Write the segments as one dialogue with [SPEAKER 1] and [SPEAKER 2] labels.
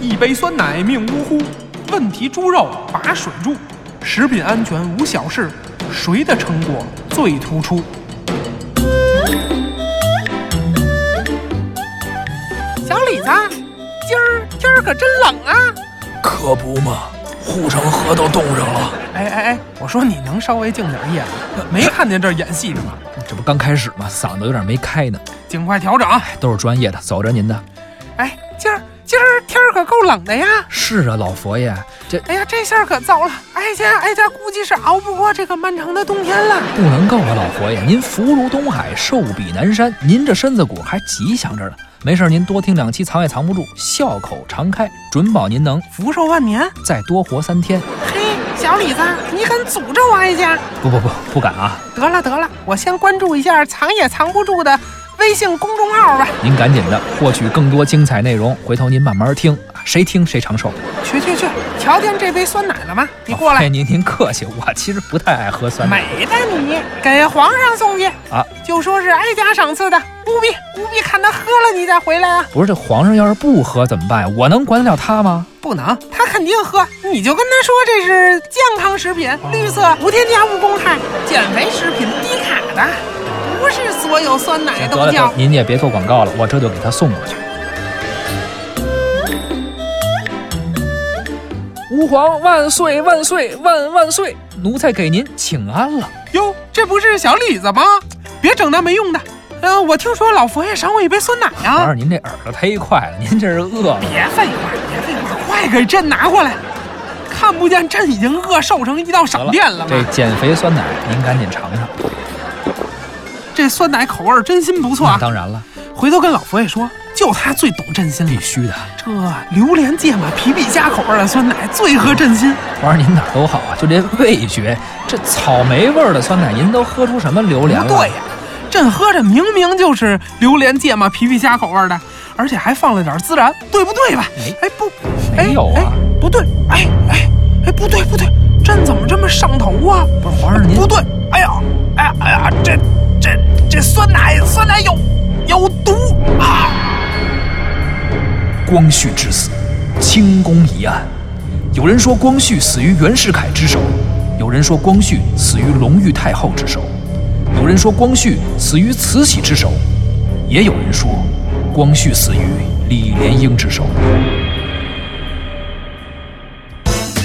[SPEAKER 1] 一杯酸奶命呜呼，问题猪肉把水注，食品安全无小事，谁的成果最突出？
[SPEAKER 2] 小李子，今儿天儿可真冷啊！
[SPEAKER 3] 可不嘛，护城河都冻上了，
[SPEAKER 1] 哎哎哎，我说你能稍微静点夜吗？没看见这儿演戏呢吗？
[SPEAKER 3] 这不刚开始嘛，嗓子有点没开呢，哎
[SPEAKER 1] 尽快调整。啊
[SPEAKER 3] 都是专业的，走着您的。
[SPEAKER 2] 哎，今儿今儿天儿可够冷的呀！
[SPEAKER 3] 是啊，老佛爷，这
[SPEAKER 2] 哎呀，这下可糟了！哎哀家哀家估计是熬不过这个漫长的冬天了。
[SPEAKER 3] 不能够啊，老佛爷，您福如东海，寿比南山，您这身子骨还吉祥着呢。没事儿，您多听两期藏也藏不住，笑口常开，准保您能
[SPEAKER 2] 福寿万年！
[SPEAKER 3] 再多活三天。
[SPEAKER 2] 嘿，小李子，你敢诅咒哀家？
[SPEAKER 3] 不不不，不敢啊！
[SPEAKER 2] 得了得了，我先关注一下藏也藏不住的微信公众号吧。
[SPEAKER 3] 您赶紧的获取更多精彩内容，回头您慢慢听，啊谁听谁长寿。
[SPEAKER 2] 去去去，瞧见这杯酸奶了吗？你过
[SPEAKER 3] 哎
[SPEAKER 2] 来，
[SPEAKER 3] 您您客气，我其实不太爱喝酸奶
[SPEAKER 2] 美的你，给皇上送去，
[SPEAKER 3] 啊。
[SPEAKER 2] 就说是哀家赏赐的，务必务必看他喝了你再回来啊！
[SPEAKER 3] 不是这皇上要是不喝怎么办呀？哎我能管得了他吗？
[SPEAKER 1] 不能，
[SPEAKER 2] 他肯定喝，你就跟他说这是健康食品，
[SPEAKER 3] 哦
[SPEAKER 2] 绿色无添加无公害，减肥食品低卡的，不是所有酸奶
[SPEAKER 3] 行
[SPEAKER 2] 都
[SPEAKER 3] 得了，得
[SPEAKER 2] 叫
[SPEAKER 3] 了。您也别做广告了，我这就给他送过去。吾皇万岁万岁万万岁！奴才给您请安了。
[SPEAKER 1] 哟，
[SPEAKER 2] 这不是小李子吗？别整那没用的。呃，我听说老佛爷赏我一杯酸奶
[SPEAKER 3] 皇
[SPEAKER 2] 啊！
[SPEAKER 3] 上，您这耳朵忒快了，您这是饿了。
[SPEAKER 2] 别废话，别废话，快给朕拿过来！看不见朕已经饿瘦成一道
[SPEAKER 3] 得
[SPEAKER 2] 闪电了
[SPEAKER 3] 这
[SPEAKER 2] 吗？
[SPEAKER 3] 减肥酸奶您赶紧尝尝。
[SPEAKER 2] 这酸奶口味儿真心不错
[SPEAKER 3] 那
[SPEAKER 2] 啊！
[SPEAKER 3] 当然了，
[SPEAKER 2] 回头跟老佛爷说，就他最懂朕心了
[SPEAKER 3] 必。须的。
[SPEAKER 2] 这榴莲芥末皮皮虾口味儿的酸奶最合朕心。
[SPEAKER 3] 皇上您哪儿都好啊，就这味觉，这草莓味儿的酸奶您都喝出什么榴莲了？
[SPEAKER 2] 不对呀、朕喝着明明就是榴莲芥末皮皮虾口味的，而且还放了点孜然，对不对吧
[SPEAKER 3] 没？
[SPEAKER 2] 哎不，
[SPEAKER 3] 没有啊
[SPEAKER 2] 哎，哎不对，哎哎哎，不对不对，朕怎么这么上头啊？
[SPEAKER 3] 不是皇上您
[SPEAKER 2] 不对，哎呀哎呀哎呀，这这这酸奶酸奶有有毒啊！
[SPEAKER 3] 光绪之死，清宫一案。有人说光绪死于袁世凯之手，有人说光绪死于隆裕太后之手，有人说光绪死于慈禧之手，也有人说光绪死于李莲英之手。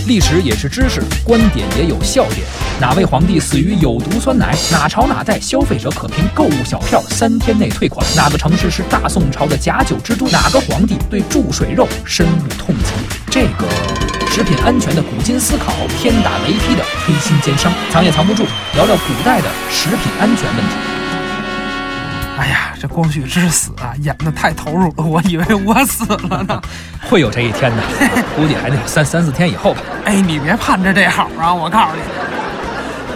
[SPEAKER 3] 历史也是知识，观点也有笑点。哪位皇帝死于有毒酸奶？哪朝哪代消费者可凭购物小票三天内退款？哪个城市是大宋朝的假酒之都？哪个皇帝对注水肉深恶痛疾？这个食品安全的古今思考，天打雷劈的黑心奸商，藏也藏不住，聊聊古代的食品安全问题。
[SPEAKER 1] 哎呀，这光绪之死啊，演的太投入了，我以为我死了呢。
[SPEAKER 3] 会有这一天的， 估计还得有三三四天以后吧。
[SPEAKER 1] 哎，你别盼着这好啊！我告诉你，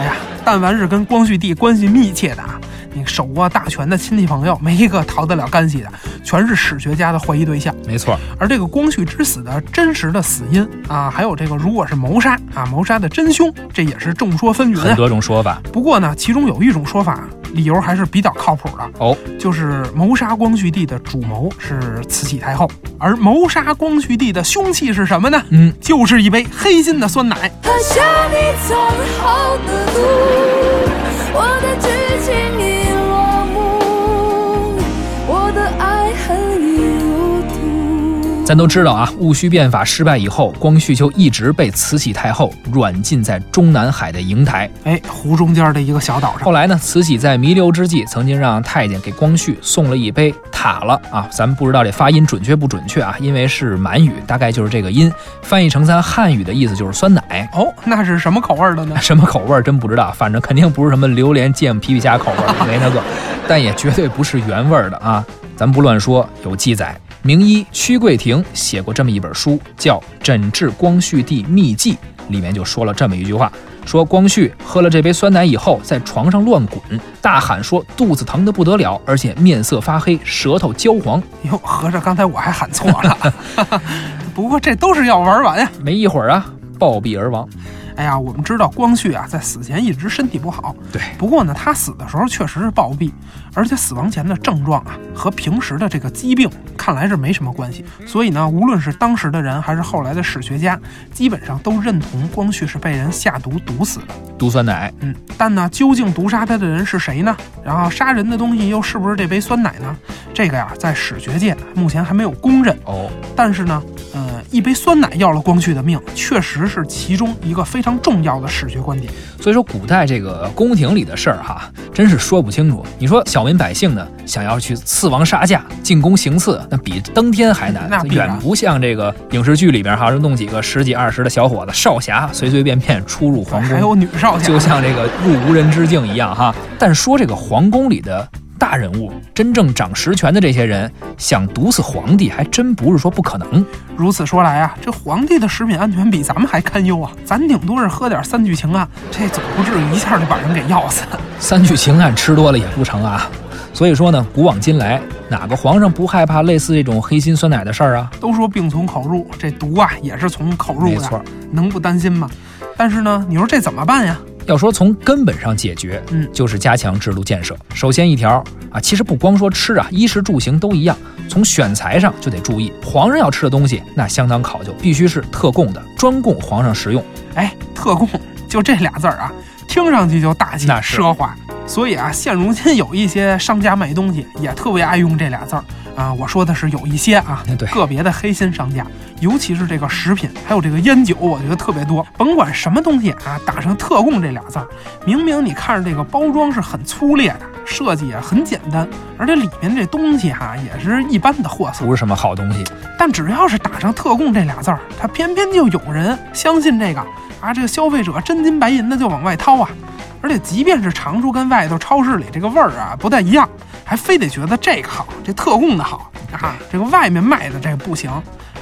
[SPEAKER 1] 哎呀，但凡是跟光绪帝关系密切的啊，你手握大权的亲戚朋友，没一个逃得了干系的，全是史学家的怀疑对象。
[SPEAKER 3] 没错，
[SPEAKER 1] 而这个光绪之死的真实的死因啊，还有这个如果是谋杀啊，谋杀的真凶，这也是众说纷纭
[SPEAKER 3] 很
[SPEAKER 1] 啊。
[SPEAKER 3] 多种说法
[SPEAKER 1] 不过呢，其中有一种说法，理由还是比较靠谱的，
[SPEAKER 3] 哦。
[SPEAKER 1] 就是谋杀光绪帝的主谋是慈禧太后，而谋杀光绪帝的凶器是什么呢？
[SPEAKER 3] 嗯，
[SPEAKER 1] 就是一杯黑心的酸奶。
[SPEAKER 4] 喝下你走后的路，我的剧情已落幕，我的爱恨已入土。
[SPEAKER 3] 咱都知道啊，戊戌变法失败以后，光绪就一直被慈禧太后软禁在中南海的瀛台。
[SPEAKER 1] 哎，湖中间的一个小岛上。
[SPEAKER 3] 后来呢，慈禧在弥留之际，曾经让太监给光绪送了一杯塔了啊，咱们不知道这发音准确不准确啊，因为是满语，大概就是这个音，翻译成咱汉语的意思就是酸奶。
[SPEAKER 1] 哦，那是什么口味的呢？
[SPEAKER 3] 什么口味儿真不知道，反正肯定不是什么榴莲、芥末、皮皮虾口味儿，没那个，但也绝对不是原味儿的啊，咱不乱说，有记载。名医屈桂亭写过这么一本书，叫《诊治光绪帝秘记》，里面就说了这么一句话：说光绪喝了这杯酸奶以后，在床上乱滚，大喊说肚子疼得不得了，而且面色发黑，舌头焦黄。
[SPEAKER 1] 哟，合着刚才我还喊错了。不过这都是要玩哎完呀。
[SPEAKER 3] 没一会儿啊，暴毙而亡。
[SPEAKER 1] 哎呀，我们知道光绪啊，在死前一直身体不好。
[SPEAKER 3] 对
[SPEAKER 1] 不过呢，他死的时候确实是暴毙，而且死亡前的症状啊，和平时的这个疾病看来是没什么关系。所以呢，无论是当时的人还是后来的史学家，基本上都认同光绪是被人下毒毒死的。
[SPEAKER 3] 毒酸奶，
[SPEAKER 1] 嗯，但呢，究竟毒杀他的人是谁呢？然后杀人的东西又是不是这杯酸奶呢？这个呀，在史学界目前还没有公认。
[SPEAKER 3] 哦，
[SPEAKER 1] 但是呢，呃，一杯酸奶要了光绪的命，确实是其中一个非常重要的史学观点。
[SPEAKER 3] 所以说古代这个宫廷里的事儿哈，真是说不清楚。你说小民百姓呢，想要去刺王杀价、进宫行刺，那比登天还难，
[SPEAKER 1] 那必然
[SPEAKER 3] 远不像这个影视剧里边哈，弄几个十几二十的小伙子少侠，随随便便出入皇
[SPEAKER 1] 还有
[SPEAKER 3] 宫，
[SPEAKER 1] 女少侠，
[SPEAKER 3] 就像这个入无人之境一样哈。但说这个皇宫里的。大人物真正掌实权的这些人，想毒死皇帝，还真不是说不可能。
[SPEAKER 1] 如此说来啊，这皇帝的食品安全比咱们还堪忧啊！咱顶多是喝点三聚氰胺，这总不至于一下就把人给药死。
[SPEAKER 3] 三聚氰胺吃多了也不成啊。所以说呢，古往今来，哪个皇上不害怕类似这种黑心酸奶的事儿啊？
[SPEAKER 1] 都说病从口入，这毒啊也是从口入的，
[SPEAKER 3] 没错
[SPEAKER 1] 能不担心吗？但是呢，你说这怎么办呀？
[SPEAKER 3] 要说从根本上解决，
[SPEAKER 1] 嗯
[SPEAKER 3] 就是加强制度建设。首先一条啊，其实不光说吃啊，衣食住行都一样，从选材上就得注意。皇上要吃的东西，那相当考究，必须是特供的，专供皇上食用。
[SPEAKER 1] 哎，特供就这俩字儿啊，听上去就大气
[SPEAKER 3] 那是
[SPEAKER 1] 奢华。所以啊，现如今有一些商家卖东西也特别爱用这俩字儿啊。我说的是有一些啊，
[SPEAKER 3] 哎对
[SPEAKER 1] 个别的黑心商家，尤其是这个食品，还有这个烟酒，我觉得特别多。甭管什么东西啊，打上“特供”这俩字儿，明明你看着这个包装是很粗劣的，设计也很简单，而且里面这东西哈、也是一般的货色。
[SPEAKER 3] 不是什么好东西。
[SPEAKER 1] 但只要是打上“特供”这俩字儿，他偏偏就有人相信这个啊，这个消费者真金白银的就往外掏啊。而且即便是尝出跟外头超市里这个味儿啊不太一样，还非得觉得这个好，这特供的好啊，这个外面卖的这个不行。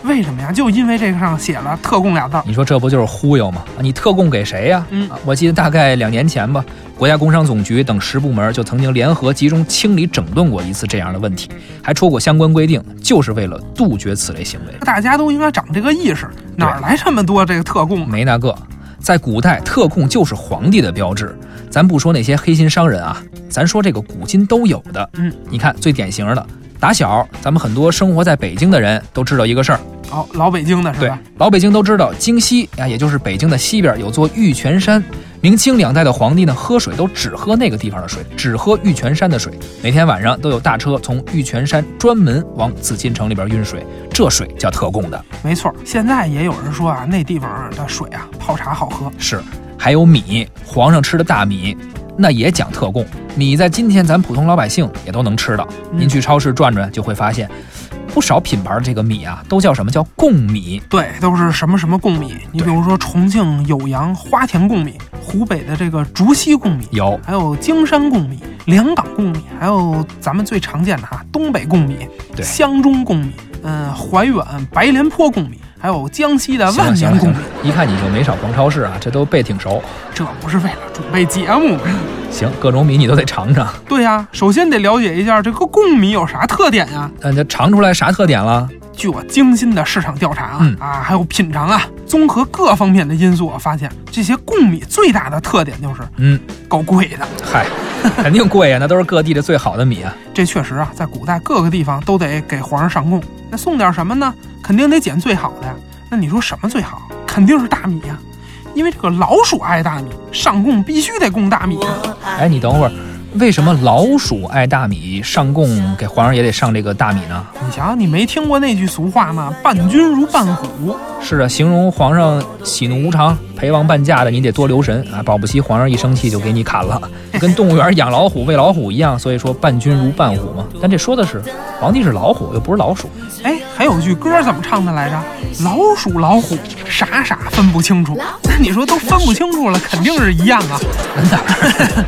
[SPEAKER 1] 为什么呀？就因为这个上写了“特供”俩字儿。
[SPEAKER 3] 你说这不就是忽悠吗？啊你特供给谁呀、
[SPEAKER 1] 嗯
[SPEAKER 3] 啊我记得大概两年前吧，国家工商总局等十部门就曾经联合集中清理整顿过一次这样的问题，还出过相关规定，就是为了杜绝此类行为。
[SPEAKER 1] 大家都应该长这个意识，哪儿来这么多这个特供啊？
[SPEAKER 3] 没那个，在古代特供就是皇帝的标志。咱不说那些黑心商人啊，咱说这个古今都有的。
[SPEAKER 1] 嗯，
[SPEAKER 3] 你看最典型的，打小咱们很多生活在北京的人都知道一个事儿，
[SPEAKER 1] 哦，老北京的是
[SPEAKER 3] 对
[SPEAKER 1] 吧？，
[SPEAKER 3] 老北京都知道，京西啊，也就是北京的西边有座玉泉山。明清两代的皇帝呢，喝水都只喝那个地方的水，只喝玉泉山的水。每天晚上都有大车从玉泉山专门往紫禁城里边运水，这水叫特供的。
[SPEAKER 1] 没错儿。现在也有人说啊，那地方的水啊泡茶好喝，
[SPEAKER 3] 是，还有米，皇上吃的大米，那也讲特供。米在今天咱普通老百姓也都能吃到。
[SPEAKER 1] 嗯
[SPEAKER 3] 您去超市转转就会发现，不少品牌的这个米啊，都叫什么叫贡米。
[SPEAKER 1] 对，都是什么什么贡米。你比
[SPEAKER 3] 对
[SPEAKER 1] 如说重庆酉阳花田贡米，湖北的这个竹溪贡米，
[SPEAKER 3] 有
[SPEAKER 1] 还有京山贡米、两港贡米，还有咱们最常见的哈东北贡米、
[SPEAKER 3] 对
[SPEAKER 1] 湘中贡米，嗯、怀远白莲坡贡米，还有江西的
[SPEAKER 3] 行
[SPEAKER 1] 啊万
[SPEAKER 3] 了行
[SPEAKER 1] 年
[SPEAKER 3] 了
[SPEAKER 1] 贡
[SPEAKER 3] 行
[SPEAKER 1] 米
[SPEAKER 3] 了。，一看你就没少逛超市啊，这都背挺熟。
[SPEAKER 1] 这不是为了准备节目吗？
[SPEAKER 3] 行，各种米你都得尝尝，
[SPEAKER 1] 对呀、首先得了解一下这个贡米有啥特点呀、
[SPEAKER 3] 那就尝出来啥特点了？
[SPEAKER 1] 据我精心的市场调查啊、
[SPEAKER 3] 嗯
[SPEAKER 1] 啊，还有品尝啊，综合各方面的因素，我发现这些贡米最大的特点就是
[SPEAKER 3] 嗯，
[SPEAKER 1] 够贵的。
[SPEAKER 3] 嗨，肯定贵啊呀、那都是各地的最好的米啊。
[SPEAKER 1] 这确实啊，在古代各个地方都得给皇上上供。那送点什么呢？肯定得捡最好的呀。那你说什么最好？肯定是大米呀、因为这个老鼠爱大米，上供必须得供大米啊。
[SPEAKER 3] 哎，你等会儿，为什么老鼠爱大米，上供给皇上也得上这个大米呢？
[SPEAKER 1] 你瞧，你没听过那句俗话吗？伴君如伴虎。
[SPEAKER 3] 是啊，形容皇上喜怒无常、陪王伴驾的，你得多留神啊，保不齐皇上一生气就给你 砍了，跟动物园养老虎、喂老虎一样。所以说，伴君如伴虎嘛。但这说的是皇帝是老虎，又不是老鼠。
[SPEAKER 1] 哎，还有句歌怎么唱的来着？老鼠老虎，傻傻分不清楚。那你说都分不清楚了，肯定是一样啊。
[SPEAKER 3] 真的，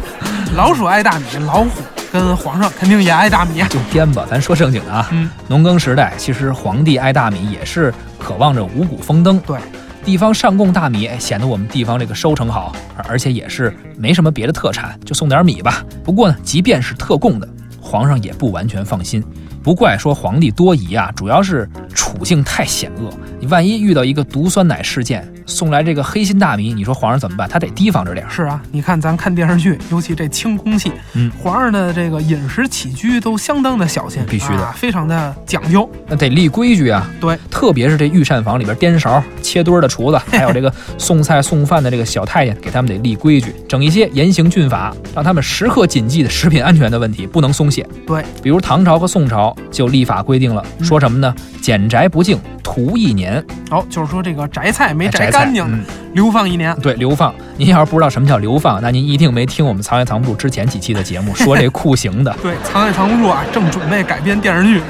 [SPEAKER 1] 老鼠爱大米，老虎跟皇上肯定也爱大米啊。
[SPEAKER 3] 就编吧，咱说正经的啊。
[SPEAKER 1] 嗯，
[SPEAKER 3] 农耕时代，其实皇帝爱大米也是渴望着五谷丰登。
[SPEAKER 1] 对，
[SPEAKER 3] 地方上供大米，哎显得我们地方这个收成好，而而且也是没什么别的特产，就送点米吧。不过呢，即便是特供的，皇上也不完全放心。不怪说皇帝多疑啊，主要是处境太险恶。你万一遇到一个毒酸奶事件，送来这个黑心大米，你说皇上怎么办？他得提防着点儿。
[SPEAKER 1] 是啊，你看咱看电视剧，尤其这清宫戏，
[SPEAKER 3] 嗯
[SPEAKER 1] 皇上的这个饮食起居都相当的小心，
[SPEAKER 3] 必须的
[SPEAKER 1] 啊，非常的讲究。
[SPEAKER 3] 那得立规矩啊。
[SPEAKER 1] 对，
[SPEAKER 3] 特别是这御膳房里边颠勺、切墩儿的厨子，还有这个送菜送饭的这个小太监，给他们得立规矩，整一些严刑峻法，让他们时刻谨记的食品安全的问题，不能松懈。
[SPEAKER 1] 对，
[SPEAKER 3] 比如唐朝和宋朝就立法规定了，说什么呢？简宅不净，徒一年。
[SPEAKER 1] 哦，就是说这个摘菜没摘
[SPEAKER 3] 宅
[SPEAKER 1] 干
[SPEAKER 3] 菜
[SPEAKER 1] 净，
[SPEAKER 3] 嗯
[SPEAKER 1] 流放一年。
[SPEAKER 3] 对，流放。您要是不知道什么叫流放，那您一定没听我们藏也藏不住之前几期的节目，说这酷刑的。
[SPEAKER 1] 对，《藏也藏不住》啊，正准备改编电视 剧，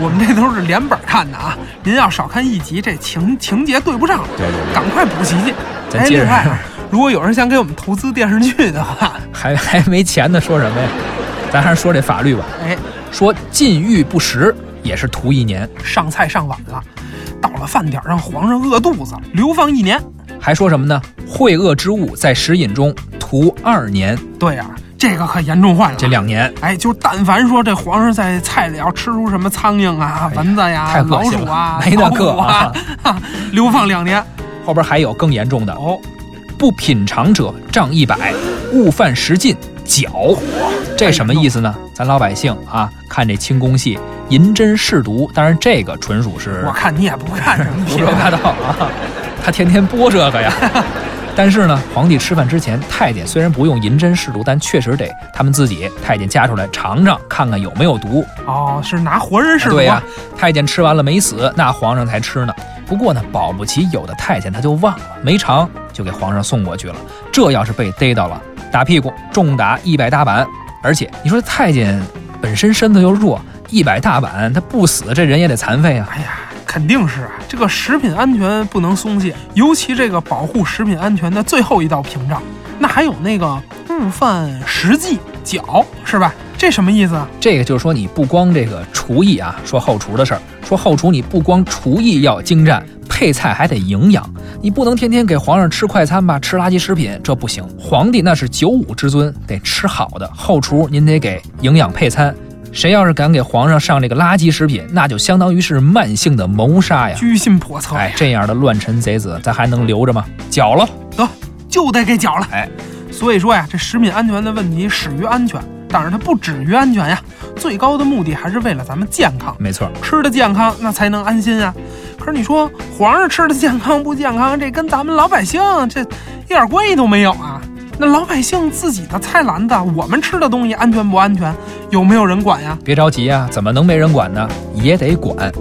[SPEAKER 1] 我们这都是连本看的啊。您要少看一集，这情情节对不上，
[SPEAKER 3] 对对
[SPEAKER 1] 赶快补习去。
[SPEAKER 3] 咱
[SPEAKER 1] 哎，
[SPEAKER 3] 接
[SPEAKER 1] 另
[SPEAKER 3] 着
[SPEAKER 1] 外啊，如果有人想给我们投资电视剧的话，
[SPEAKER 3] 还还没钱呢，说什么呀？咱还是说这法律吧。
[SPEAKER 1] 哎，
[SPEAKER 3] 说禁欲不食也是徒一年，
[SPEAKER 1] 上菜上晚了，到了饭点儿让皇上饿肚子，流放一年。
[SPEAKER 3] 还说什么呢？秽恶之物在食饮中徒二年，
[SPEAKER 1] 对啊，这个可严重坏了。
[SPEAKER 3] 这两年
[SPEAKER 1] 哎，就但凡说这皇上在菜里要吃出什么苍蝇啊、蚊子呀、
[SPEAKER 3] 哎太恶
[SPEAKER 1] 老
[SPEAKER 3] 心
[SPEAKER 1] 鼠啊
[SPEAKER 3] 了，、没得
[SPEAKER 1] 老
[SPEAKER 3] 可
[SPEAKER 1] 虎啊， 流放两年。
[SPEAKER 3] 后边还有更严重的，
[SPEAKER 1] 哦，
[SPEAKER 3] 不品尝者杖一百，误犯十禁绞。这什么意思呢？咱老百姓啊，看这清宫戏银针试毒，当然这个纯属是
[SPEAKER 1] 我看你也不看什么
[SPEAKER 3] 胡
[SPEAKER 1] 别
[SPEAKER 3] 说
[SPEAKER 1] 的。
[SPEAKER 3] 八道啊！他天天播这个呀。 但是呢，皇帝吃饭之前，太监虽然不用银针试毒，但确实得他们自己太监夹出来尝尝，看看有没有毒。
[SPEAKER 1] 哦，是拿活人试毒、
[SPEAKER 3] 啊对呀、太监吃完了没死，那皇上才吃呢。不过呢，保不齐有的太监他就忘了没尝，就给皇上送过去了。这要是被逮到了，打屁股，重打一百大板。而且你说太监本身身子又弱，一百大板他不死，这人也得残废啊。
[SPEAKER 1] 哎呀，肯定是啊，这个食品安全不能松懈，尤其这个保护食品安全的最后一道屏障，那还有那个误犯实际绞，是吧？这什么意思啊？
[SPEAKER 3] 这个就是说，你不光这个厨艺啊，说后厨的事儿，说后厨你不光厨艺要精湛，配菜还得营养，你不能天天给皇上吃快餐吧，吃垃圾食品，这不行。皇帝那是九五之尊，得吃好的，后厨您得给营养配餐。谁要是敢给皇上上这个垃圾食品，那就相当于是慢性的谋杀呀！
[SPEAKER 1] 居心叵测，
[SPEAKER 3] 哎，这样的乱臣贼子，咱还能留着吗？绞了！
[SPEAKER 1] 就得给绞了。
[SPEAKER 3] 哎，
[SPEAKER 1] 所以说呀，这食品安全的问题始于安全，但是它不止于安全呀，最高的目的还是为了咱们健康。
[SPEAKER 3] 没错，
[SPEAKER 1] 吃的健康，那才能安心啊。可是你说皇上吃的健康不健康，这跟咱们老百姓这一点关系都没有啊。那老百姓自己的菜篮子，我们吃的东西安全不安全，有没有人管呀？
[SPEAKER 3] 别着急啊，怎么能没人管呢？也得管。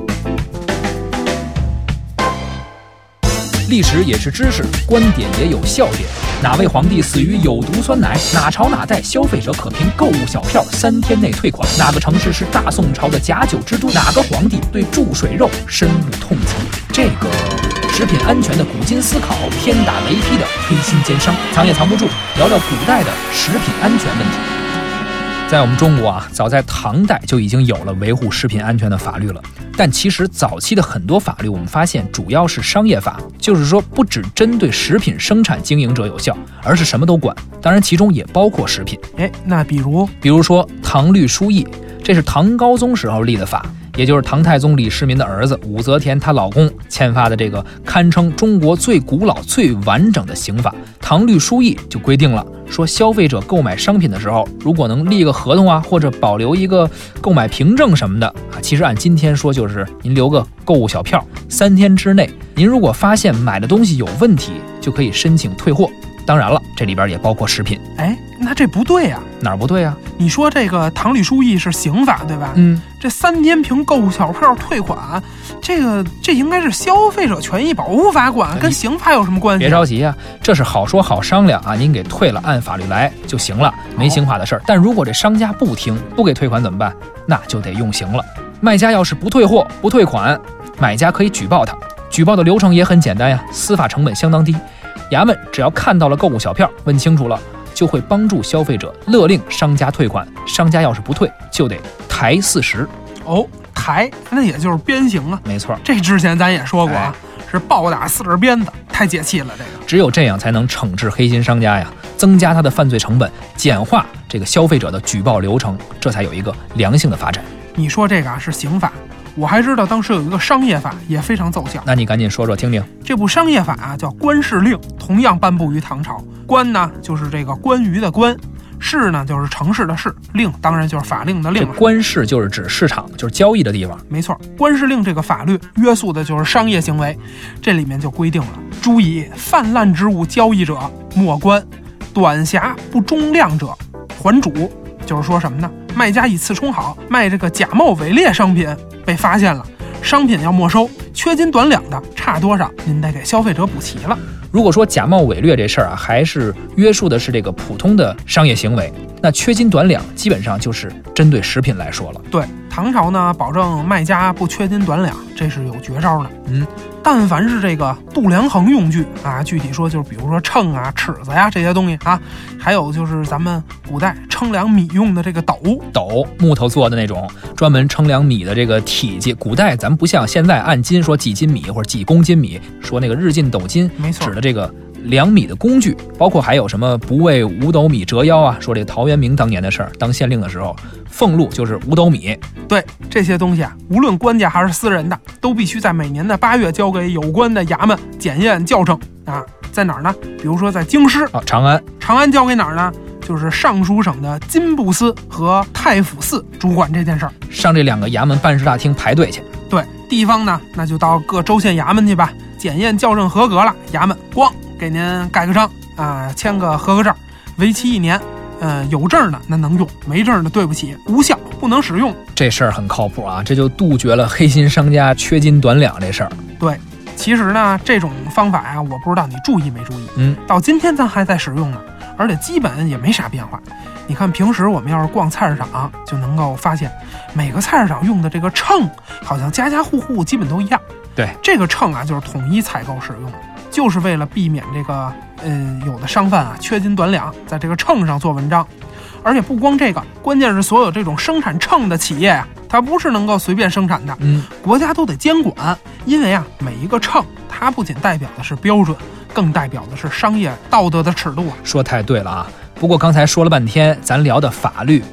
[SPEAKER 3] 历史也是知识，观点也有笑点。哪位皇帝死于有毒酸奶？哪朝哪代消费者可凭购物小票三天内退款？哪个城市是大宋朝的假酒之都？哪个皇帝对注水肉深恶痛疾？这个食品安全的古今思考，天打雷劈的黑心奸商，藏也藏不住。聊聊古代的食品安全问题。在我们中国啊，早在唐代就已经有了维护食品安全的法律了。但其实早期的很多法律，我们发现主要是商业法，就是说不只针对食品生产经营者有效，而是什么都管。当然，其中也包括食品。
[SPEAKER 1] 哎，那比如
[SPEAKER 3] 比如说《唐律疏议》，这是唐高宗时候立的法，也就是唐太宗李世民的儿子武则天她老公签发的这个堪称中国最古老、最完整的刑法《唐律疏议》就规定了，说消费者购买商品的时候，如果能立个合同啊，或者保留一个购买凭证什么的啊，其实按今天说就是您留个购物小票，三天之内您如果发现买的东西有问题，就可以申请退货。当然了，这里边也包括食品，
[SPEAKER 1] 哎，那这不对呀、
[SPEAKER 3] 哪儿不对啊？
[SPEAKER 1] 你说这个《唐律疏议》是刑法对吧？
[SPEAKER 3] 嗯，
[SPEAKER 1] 这三天凭购物小票退款，这个这应该是消费者权益保护法管，跟刑法有什么关系
[SPEAKER 3] 哎别
[SPEAKER 1] 啊？
[SPEAKER 3] 着急啊，这是好说好商量啊，您给退了，按法律来就行了，没刑法的事儿。但如果这商家不听，不给退款怎么办？那就得用刑了。卖家要是不退货、不退款，买家可以举报他。举报的流程也很简单呀、司法成本相当低。衙门只要看到了购物小票，问清楚了，就会帮助消费者勒令商家退款，商家要是不退，就得抬四十。
[SPEAKER 1] 哦，抬那也就是鞭刑啊。
[SPEAKER 3] 没错，
[SPEAKER 1] 这之前咱也说过啊，
[SPEAKER 3] 哎
[SPEAKER 1] 是暴打四十鞭子，太解气了。这个
[SPEAKER 3] 只有这样才能惩治黑心商家呀，增加他的犯罪成本，简化这个消费者的举报流程，这才有一个良性的发展。
[SPEAKER 1] 你说这个啊是刑法，我还知道当时有一个商业法也非常奏效。
[SPEAKER 3] 那你赶紧说说听听。
[SPEAKER 1] 这部商业法啊叫《官市令》，同样颁布于唐朝。官呢就是这个关于的官，市呢就是城市的市，令当然就是法令的令
[SPEAKER 3] 这
[SPEAKER 1] 了。
[SPEAKER 3] 官市就是指市场，就是交易的地方。
[SPEAKER 1] 没错，官市令这个法律约束的就是商业行为，这里面就规定了：诸以泛滥之物交易者，莫官；短瑕不中量者，还主。就是说什么呢？卖家以次充好，卖这个假冒伪劣商品被发现了，商品要没收；缺斤短两的，差多少您得给消费者补齐了。
[SPEAKER 3] 如果说假冒伪劣这事儿啊，还是约束的是这个普通的商业行为，那缺斤短两基本上就是针对食品来说了。
[SPEAKER 1] 对，唐朝呢，保证卖家不缺斤短两，这是有绝招的。
[SPEAKER 3] 嗯，
[SPEAKER 1] 但凡是这个度量衡用具啊，具体说就是比如说秤啊、尺子呀、这些东西啊，还有就是咱们古代称量米用的这个斗，
[SPEAKER 3] 斗木头做的那种，专门称量米的这个体积，古代咱不像现在按斤说几斤米或者几公斤米，说那个日进斗金，
[SPEAKER 1] 没错
[SPEAKER 3] 指的这个量米的工具，包括还有什么不为五斗米折腰啊，说这陶渊明当年的事儿，当县令的时候，俸禄就是五斗米，
[SPEAKER 1] 对这些东西啊，无论官家还是私人的，都必须在每年的八月交给有关的衙门检验校正啊。在哪儿呢？比如说在京师，
[SPEAKER 3] 啊，长安
[SPEAKER 1] 长安交给哪儿呢？就是尚书省的金部司和太府寺主管这件事儿。
[SPEAKER 3] 上这两个衙门办事大厅排队去，
[SPEAKER 1] 对，地方呢，那就到各州县衙门去吧，检验校正合格了，衙门咣给您盖个章啊、签个合格证，为期一年。呃，有证的那能用，没证的对不起，无效，不能使用。
[SPEAKER 3] 这事儿很靠谱啊，这就杜绝了黑心商家缺斤短两这事儿。
[SPEAKER 1] 其实呢，这种方法呀、我不知道你注意没注意，
[SPEAKER 3] 嗯，
[SPEAKER 1] 到今天咱还在使用呢，而且基本也没啥变化。你看，平时我们要是逛菜市场，就能够发现，每个菜市场用的这个秤，好像家家户户基本都一样。
[SPEAKER 3] 对，
[SPEAKER 1] 这个秤啊，就是统一采购使用的，就是为了避免这个，嗯，有的商贩啊缺斤短两，在这个秤上做文章。而且不光这个，关键是所有这种生产秤的企业啊，它不是能够随便生产的，
[SPEAKER 3] 嗯，
[SPEAKER 1] 国家都得监管，因为啊，每一个秤它不仅代表的是标准，更代表的是商业道德的尺度啊。
[SPEAKER 3] 说太对了啊。不过刚才说了半天，咱聊的法律，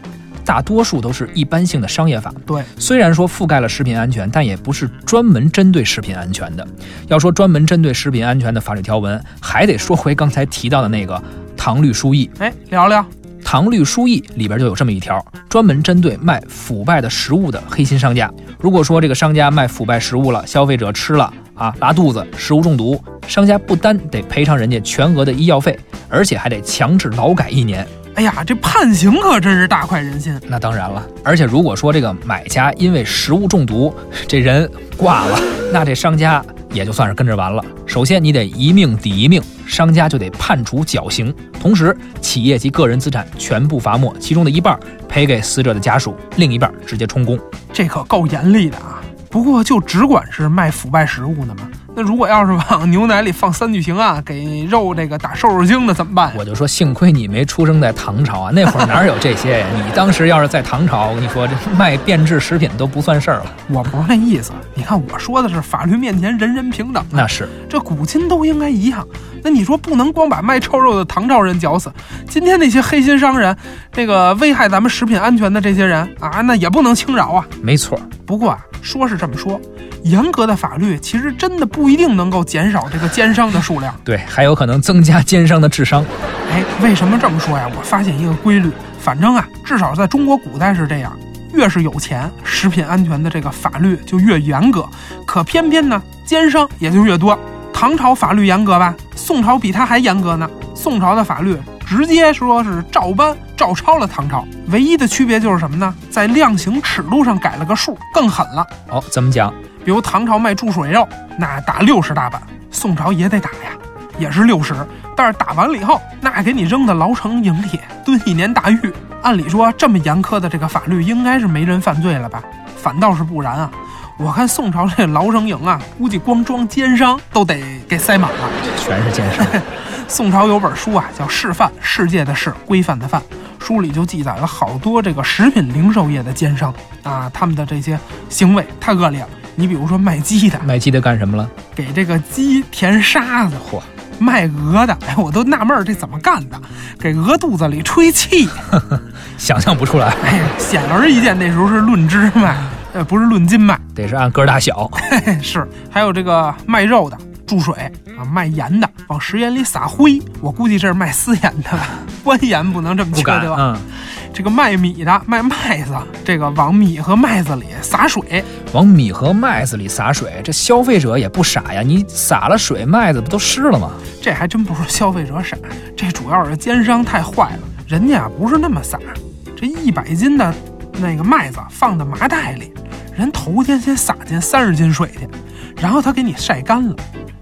[SPEAKER 3] 大多数都是一般性的商业法，
[SPEAKER 1] 对，
[SPEAKER 3] 虽然说覆盖了食品安全，但也不是专门针对食品安全的。要说专门针对食品安全的法律条文，还得说回刚才提到的那个《唐律疏议》。
[SPEAKER 1] 哎，聊聊
[SPEAKER 3] 《唐律疏议》里边就有这么一条，专门针对卖腐败的食物的黑心商家。如果说这个商家卖腐败食物了，消费者吃了啊拉肚子、食物中毒，商家不单得赔偿人家全额的医药费，而且还得强制劳改一年。
[SPEAKER 1] 哎呀，这判刑可真是大快人心。
[SPEAKER 3] 那当然了，而且如果说这个买家因为食物中毒，这人挂了，那这商家也就算是跟着完了。首先，你得一命抵一命，商家就得判处绞刑，同时企业及个人资产全部罚没，其中的一半儿赔给死者的家属，另一半儿直接充公。
[SPEAKER 1] 这可够严厉的啊！不过就只管是卖腐败食物的嘛，那如果要是往牛奶里放三聚氰胺，给肉这个打瘦肉精的怎么办呀？
[SPEAKER 3] 我就说，幸亏你没出生在唐朝啊，那会儿哪有这些呀？你当时要是在唐朝，你说这卖变质食品都不算事儿了。
[SPEAKER 1] 我不是那意思，你看我说的是法律面前人人平等，
[SPEAKER 3] 那是
[SPEAKER 1] 这古今都应该一样。那你说不能光把卖臭肉的唐朝人绞死，今天那些黑心商人，这个危害咱们食品安全的这些人啊，那也不能轻饶啊。
[SPEAKER 3] 没错儿。
[SPEAKER 1] 不过啊，说是这么说，严格的法律其实真的不一定能够减少这个奸商的数量。
[SPEAKER 3] 对，还有可能增加奸商的智商。
[SPEAKER 1] 哎，为什么这么说呀？我发现一个规律，反正啊，至少在中国古代是这样，越是有钱，食品安全的这个法律就越严格，可偏偏呢，奸商也就越多。唐朝法律严格吧，宋朝比他还严格呢。宋朝的法律直接说是照搬照抄了唐朝，唯一的区别就是什么呢？在量刑尺度上改了个数，更狠了。
[SPEAKER 3] 哦，怎么讲？
[SPEAKER 1] 比如唐朝卖注水肉，那打六十大板，宋朝也得打呀，也是六十，但是打完了以后，那给你扔到牢城营里蹲一年大狱。按理说这么严苛的这个法律，应该是没人犯罪了吧？反倒是不然啊！我看宋朝这牢城营啊，估计光装奸商都得给塞满了。
[SPEAKER 3] 全是奸商。
[SPEAKER 1] 宋朝有本书啊，叫《示范》，世界的世，规范的范。书里就记载了好多这个食品零售业的奸商啊，他们的这些行为太恶劣了。你比如说卖鸡的，
[SPEAKER 3] 卖鸡的干什么了？
[SPEAKER 1] 给这个鸡填沙子，
[SPEAKER 3] 嚯！
[SPEAKER 1] 卖鹅的，哎，我都纳闷儿这怎么干的，给鹅肚子里吹气，
[SPEAKER 3] 想象不出来，
[SPEAKER 1] 哎呀，显而易见，那时候是论只卖，呃，不是论斤卖。
[SPEAKER 3] 得是按个儿大 小。
[SPEAKER 1] 是，还有这个卖肉的注水啊，卖盐的往食盐里撒灰，我估计这是卖私盐的 吧，官盐不能这么
[SPEAKER 3] 不
[SPEAKER 1] 缺
[SPEAKER 3] 敢
[SPEAKER 1] 对吧？
[SPEAKER 3] 嗯，
[SPEAKER 1] 这个卖米的卖麦子，这个往米和麦子里撒水，
[SPEAKER 3] 往米和麦子里洒水，这消费者也不傻呀。你洒了水，麦子不都湿了吗？
[SPEAKER 1] 这还真不是消费者傻，这主要是奸商太坏了，人家啊不是那么撒，这一百斤的那个麦子放到麻袋里，人头天先撒进三十斤水去，然后他给你晒干了。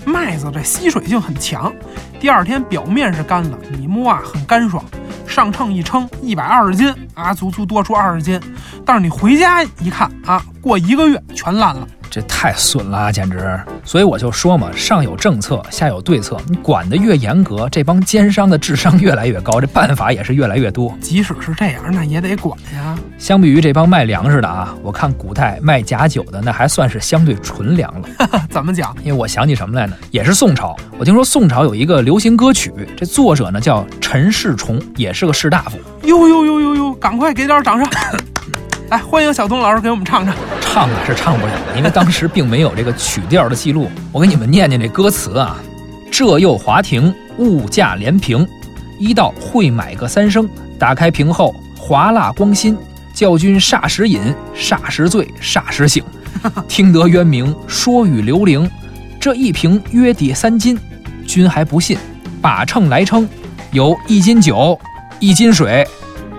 [SPEAKER 1] 麦子这吸水性很强，第二天表面是干了，你摸啊很干爽，上秤一称一百二十斤啊，足足多出二十斤。但是你回家一看啊，过一个月全烂了。
[SPEAKER 3] 这太损了啊，简直！所以我就说嘛，上有政策，下有对策。你管得越严格，这帮奸商的智商越来越高，这办法也是越来越多。
[SPEAKER 1] 即使是这样，那也得管呀。
[SPEAKER 3] 相比于这帮卖粮食的啊，我看古代卖假酒的那还算是相对纯良了。
[SPEAKER 1] 怎么讲？
[SPEAKER 3] 因为我想起什么来呢？也是宋朝。我听说宋朝有一个流行歌曲，这作者呢叫陈世崇，也是个士大夫，
[SPEAKER 1] 呦呦呦呦呦，赶快给点掌 声！来，欢迎小东老师给我们唱唱。
[SPEAKER 3] 唱啊是唱不了的，因为当时并没有这个曲调的记录。我给你们念念这歌词啊：这又华庭，物价连平，一道会买个三升，打开瓶后滑蜡光心，教君霎时饮，霎时醉，霎时醒，听得渊明，说与刘伶，这一瓶约抵三斤，君还不信，把秤来称，有一斤酒，一斤水，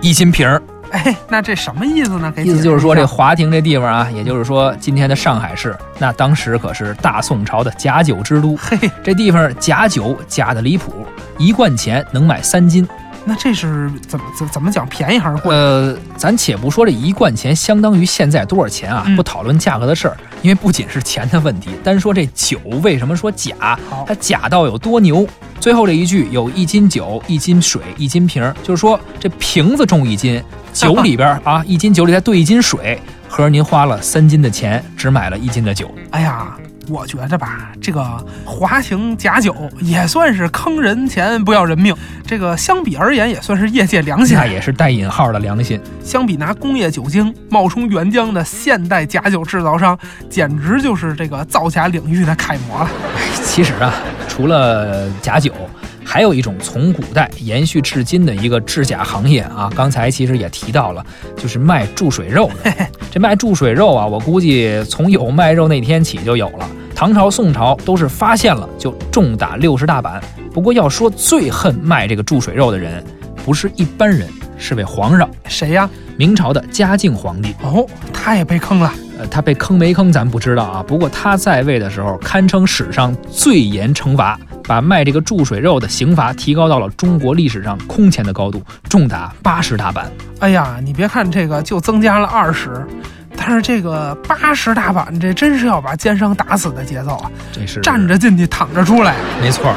[SPEAKER 3] 一斤瓶儿。
[SPEAKER 1] 哎，那这什么意思呢？给
[SPEAKER 3] 意思就是说，
[SPEAKER 1] 解释
[SPEAKER 3] 这
[SPEAKER 1] 一下
[SPEAKER 3] 华亭这地方啊，也就是说今天的上海市，那当时可是大宋朝的假酒之都。
[SPEAKER 1] 嘿，
[SPEAKER 3] 这地方假酒假的离谱，一罐钱能买三斤。
[SPEAKER 1] 那这是怎么怎怎么讲便宜还是贵？
[SPEAKER 3] 呃，咱且不说这一罐钱相当于现在多少钱啊
[SPEAKER 1] 嗯，
[SPEAKER 3] 不讨论价格的事儿，因为不仅是钱的问题，单说这酒为什么说假
[SPEAKER 1] 好，
[SPEAKER 3] 它假到有多牛。最后这一句有一斤酒、一斤水、一斤瓶儿，就是说这瓶子重一斤，酒里 边儿啊一斤酒里再兑一斤水，合着您花了三斤的钱，只买了一斤 的酒。
[SPEAKER 1] 哎呀，我觉着吧，这个华亭假酒也算是坑人钱不要人命，这个相比而言也算是业界良心
[SPEAKER 3] 那。也是带引号的良心，
[SPEAKER 1] 相比拿工业酒精冒充原浆的现代假酒制造商，简直就是这个造假领域的楷模了。
[SPEAKER 3] 其实啊，除了假酒，还有一种从古代延续至今的一个制假行业啊。刚才其实也提到了，就是卖注水肉的。这卖注水肉啊，我估计从有卖肉那天起就有了。唐朝、宋朝都是发现了就重打六十大板。不过要说最恨卖这个注水肉的人，不是一般人，是位皇上，
[SPEAKER 1] 谁呀、
[SPEAKER 3] 明朝的嘉靖皇帝。
[SPEAKER 1] 哦，他也被坑了。
[SPEAKER 3] 呃，他被坑没坑咱不知道啊。不过他在位的时候，堪称史上最严惩罚，把卖这个注水肉的刑罚提高到了中国历史上空前的高度，重打八十大板。
[SPEAKER 1] 哎呀，你别看这个就增加了二十，但是这个八十大板，这真是要把奸商打死的节奏啊！
[SPEAKER 3] 这是
[SPEAKER 1] 站着进去，躺着出来。
[SPEAKER 3] 没错儿。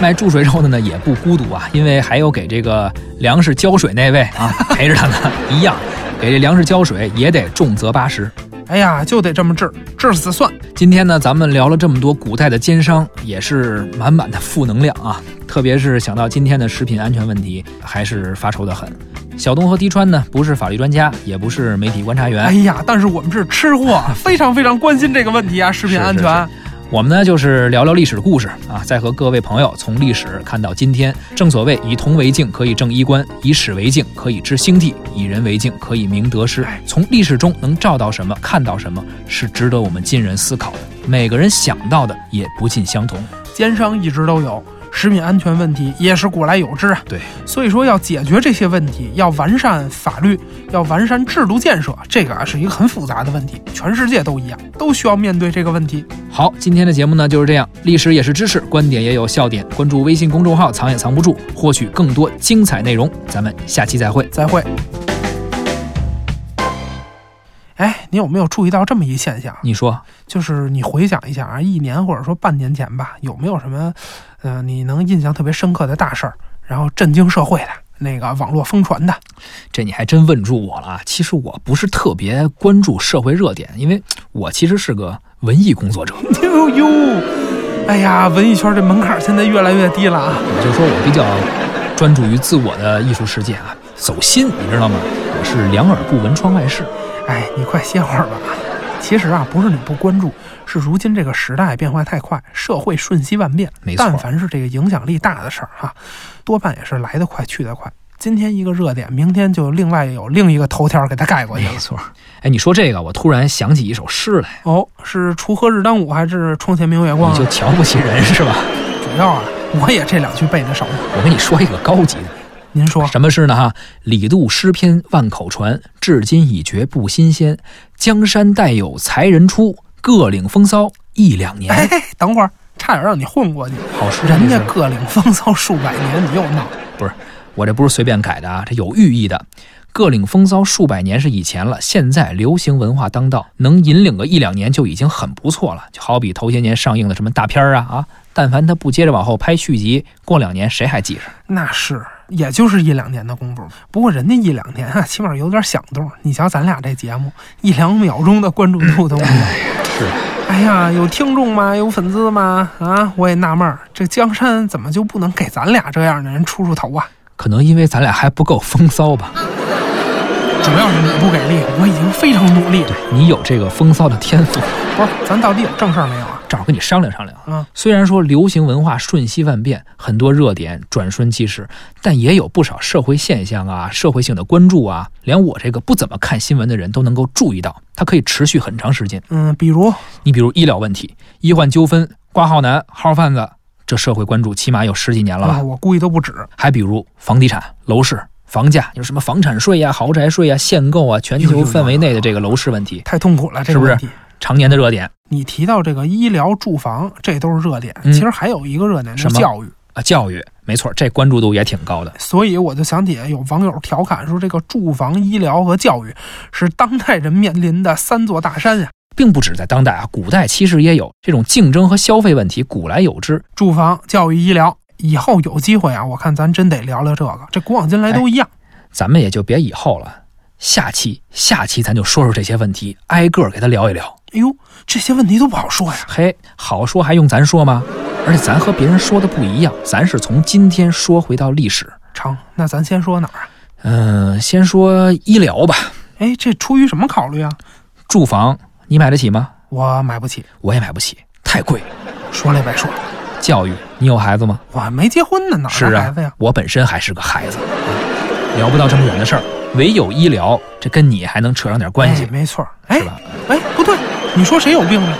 [SPEAKER 3] 卖注水肉的呢也不孤独啊，因为还有给这个粮食浇水那位啊陪着他呢，一样给这粮食浇水也得重责八十。
[SPEAKER 1] 哎呀，就得这么治，治死算。
[SPEAKER 3] 今天呢，咱们聊了这么多古代的奸商，也是满满的负能量啊！特别是想到今天的食品安全问题，还是发愁的很。小东和滴川呢，不是法律专家，也不是媒体观察员，
[SPEAKER 1] 哎呀，但是我们是吃 货，非常非常关心这个问题啊，食品安全。
[SPEAKER 3] 是我们呢就是聊聊历史故事啊，再和各位朋友从历史看到今天。正所谓以铜为镜，可以正衣冠；以史为镜，可以知兴替；以人为镜，可以明得失。从历史中能照到什么，看到什么，是值得我们今人思考的。每个人想到的也不尽相同。
[SPEAKER 1] 奸商一直都有，食品安全问题也是古来有之啊。
[SPEAKER 3] 对，
[SPEAKER 1] 所以说要解决这些问题，要完善法律，要完善制度建设，这个啊是一个很复杂的问题，全世界都一样，都需要面对这个问题。
[SPEAKER 3] 好，今天的节目呢就是这样，历史也是知识，观点也有笑点。关注微信公众号“藏也藏不住”，获取更多精彩内容。咱们下期再会。
[SPEAKER 1] 再会。哎，你有没有注意到这么一现象？
[SPEAKER 3] 你说
[SPEAKER 1] 就是你回想一下啊，一年或者说半年前吧，有没有什么，呃，你能印象特别深刻的大事儿，然后震惊社会的，那个网络疯传的，
[SPEAKER 3] 这你还真问住我了啊！其实我不是特别关注社会热点，因为我其实是个文艺工作者，
[SPEAKER 1] 呦呦，哎呀，文艺圈这门槛儿现在越来越低了啊！
[SPEAKER 3] 也就是说我比较专注于自我的艺术世界啊，走心，你知道吗？我是两耳不闻窗外事。
[SPEAKER 1] 哎，你快歇会儿吧。其实啊，不是你不关注，是如今这个时代变化太快，社会瞬息万变。
[SPEAKER 3] 没错
[SPEAKER 1] 但凡是这个影响力大的事儿哈、多半也是来得快去得快。今天一个热点，明天就另外有另一个头条给它盖过去了
[SPEAKER 3] 没。错，哎，你说这个，我突然想起一首诗来，
[SPEAKER 1] 哦，是锄禾日当午还是床前明月光、
[SPEAKER 3] 你
[SPEAKER 1] 啊
[SPEAKER 3] 就？瞧不起人是吧？
[SPEAKER 1] 主要啊，我也这两句背得熟。
[SPEAKER 3] 我跟你说一个高级的，
[SPEAKER 1] 您说，
[SPEAKER 3] 什么诗呢？哈，李杜诗篇万口传，至今已觉不新鲜。江山代有才人出，各领风骚一两年。
[SPEAKER 1] 哎，等会儿差点让你混过去。
[SPEAKER 3] 好诗，
[SPEAKER 1] 人
[SPEAKER 3] 这
[SPEAKER 1] 家
[SPEAKER 3] 是
[SPEAKER 1] 各领风骚数百年，你又闹。
[SPEAKER 3] 不是我这不是随便改的啊，这有寓意的。各领风骚数百年是以前了，现在流行文化当道，能引领个一两年就已经很不错了。就好比头些年上映的什么大片儿啊啊，但凡他不接着往后拍续集，过两年谁还记着？
[SPEAKER 1] 那是，也就是一两年的功夫。不过人家一两年啊，起码有点响动。你瞧咱俩这节目，一两秒钟的关注度都没有。
[SPEAKER 3] 是，
[SPEAKER 1] 哎呀，有听众吗？有粉丝吗？啊，我也纳闷儿，这江山怎么就不能给咱俩这样的人出出头啊？
[SPEAKER 3] 可能因为咱俩还不够风骚吧。
[SPEAKER 1] 主要是你不给力，我已经非常努力了。
[SPEAKER 3] 你有这个风骚的天赋，
[SPEAKER 1] 不是，咱到底有正事儿没有啊？
[SPEAKER 3] 正好跟你商量商量
[SPEAKER 1] 嗯
[SPEAKER 3] 虽然说流行文化瞬息万变，很多热点转瞬即逝，但也有不少社会现象啊、社会性的关注啊，连我这个不怎么看新闻的人都能够注意到，它可以持续很长时间。
[SPEAKER 1] 嗯，比如
[SPEAKER 3] 你比如医疗问题、医患纠纷、挂号难、号贩子，这社会关注起码有十几年了吧？
[SPEAKER 1] 啊，我估计都不止。
[SPEAKER 3] 还比如房地产、楼市、房价，有什么房产税呀、啊豪宅税呀、限购啊，全球范围内的这个楼市问题，
[SPEAKER 1] 太痛苦了，这
[SPEAKER 3] 是
[SPEAKER 1] 个
[SPEAKER 3] 不是
[SPEAKER 1] 问题。
[SPEAKER 3] 常年的热点
[SPEAKER 1] 你提到这个医疗、住房，这都是热点。
[SPEAKER 3] 嗯
[SPEAKER 1] 其实还有一个热点是
[SPEAKER 3] 什么
[SPEAKER 1] 教育。
[SPEAKER 3] 啊，教育，没错，这关注度也挺高的。
[SPEAKER 1] 所以我就想起有网友调侃说，这个住房、医疗和教育是当代人面临的三座大山呀、
[SPEAKER 3] 并不止在当代啊，古代其实也有这种竞争和消费问题，古来有之。
[SPEAKER 1] 住房、教育、医疗，以后有机会啊，我看咱真得聊聊这个。这古往今来都一样。
[SPEAKER 3] 咱们也就别以后了，下期下期咱就说说这些问题，挨个儿给他聊一聊。
[SPEAKER 1] 哎呦，这些问题都不好说呀。
[SPEAKER 3] 嘿，好说还用咱说吗？而且咱和别人说的不一样，咱是从今天说回到历史。
[SPEAKER 1] 成，那咱先说哪儿啊？
[SPEAKER 3] 嗯、先说医疗吧，
[SPEAKER 1] 哎，这出于什么考虑啊？
[SPEAKER 3] 住房你买得起吗？
[SPEAKER 1] 我买不起，
[SPEAKER 3] 我也买不起，太贵。
[SPEAKER 1] 说了也白说，
[SPEAKER 3] 教育你有孩子吗？
[SPEAKER 1] 我还没结婚呢，哪
[SPEAKER 3] 是
[SPEAKER 1] 儿来
[SPEAKER 3] 啊
[SPEAKER 1] 孩子呀？，
[SPEAKER 3] 我本身还是个孩子，嗯聊不到这么远的事儿，唯有医疗，这跟你还能扯上点关系
[SPEAKER 1] 哎，。没错儿。哎
[SPEAKER 3] 是吧，
[SPEAKER 1] 哎，不对，你说谁有病呢？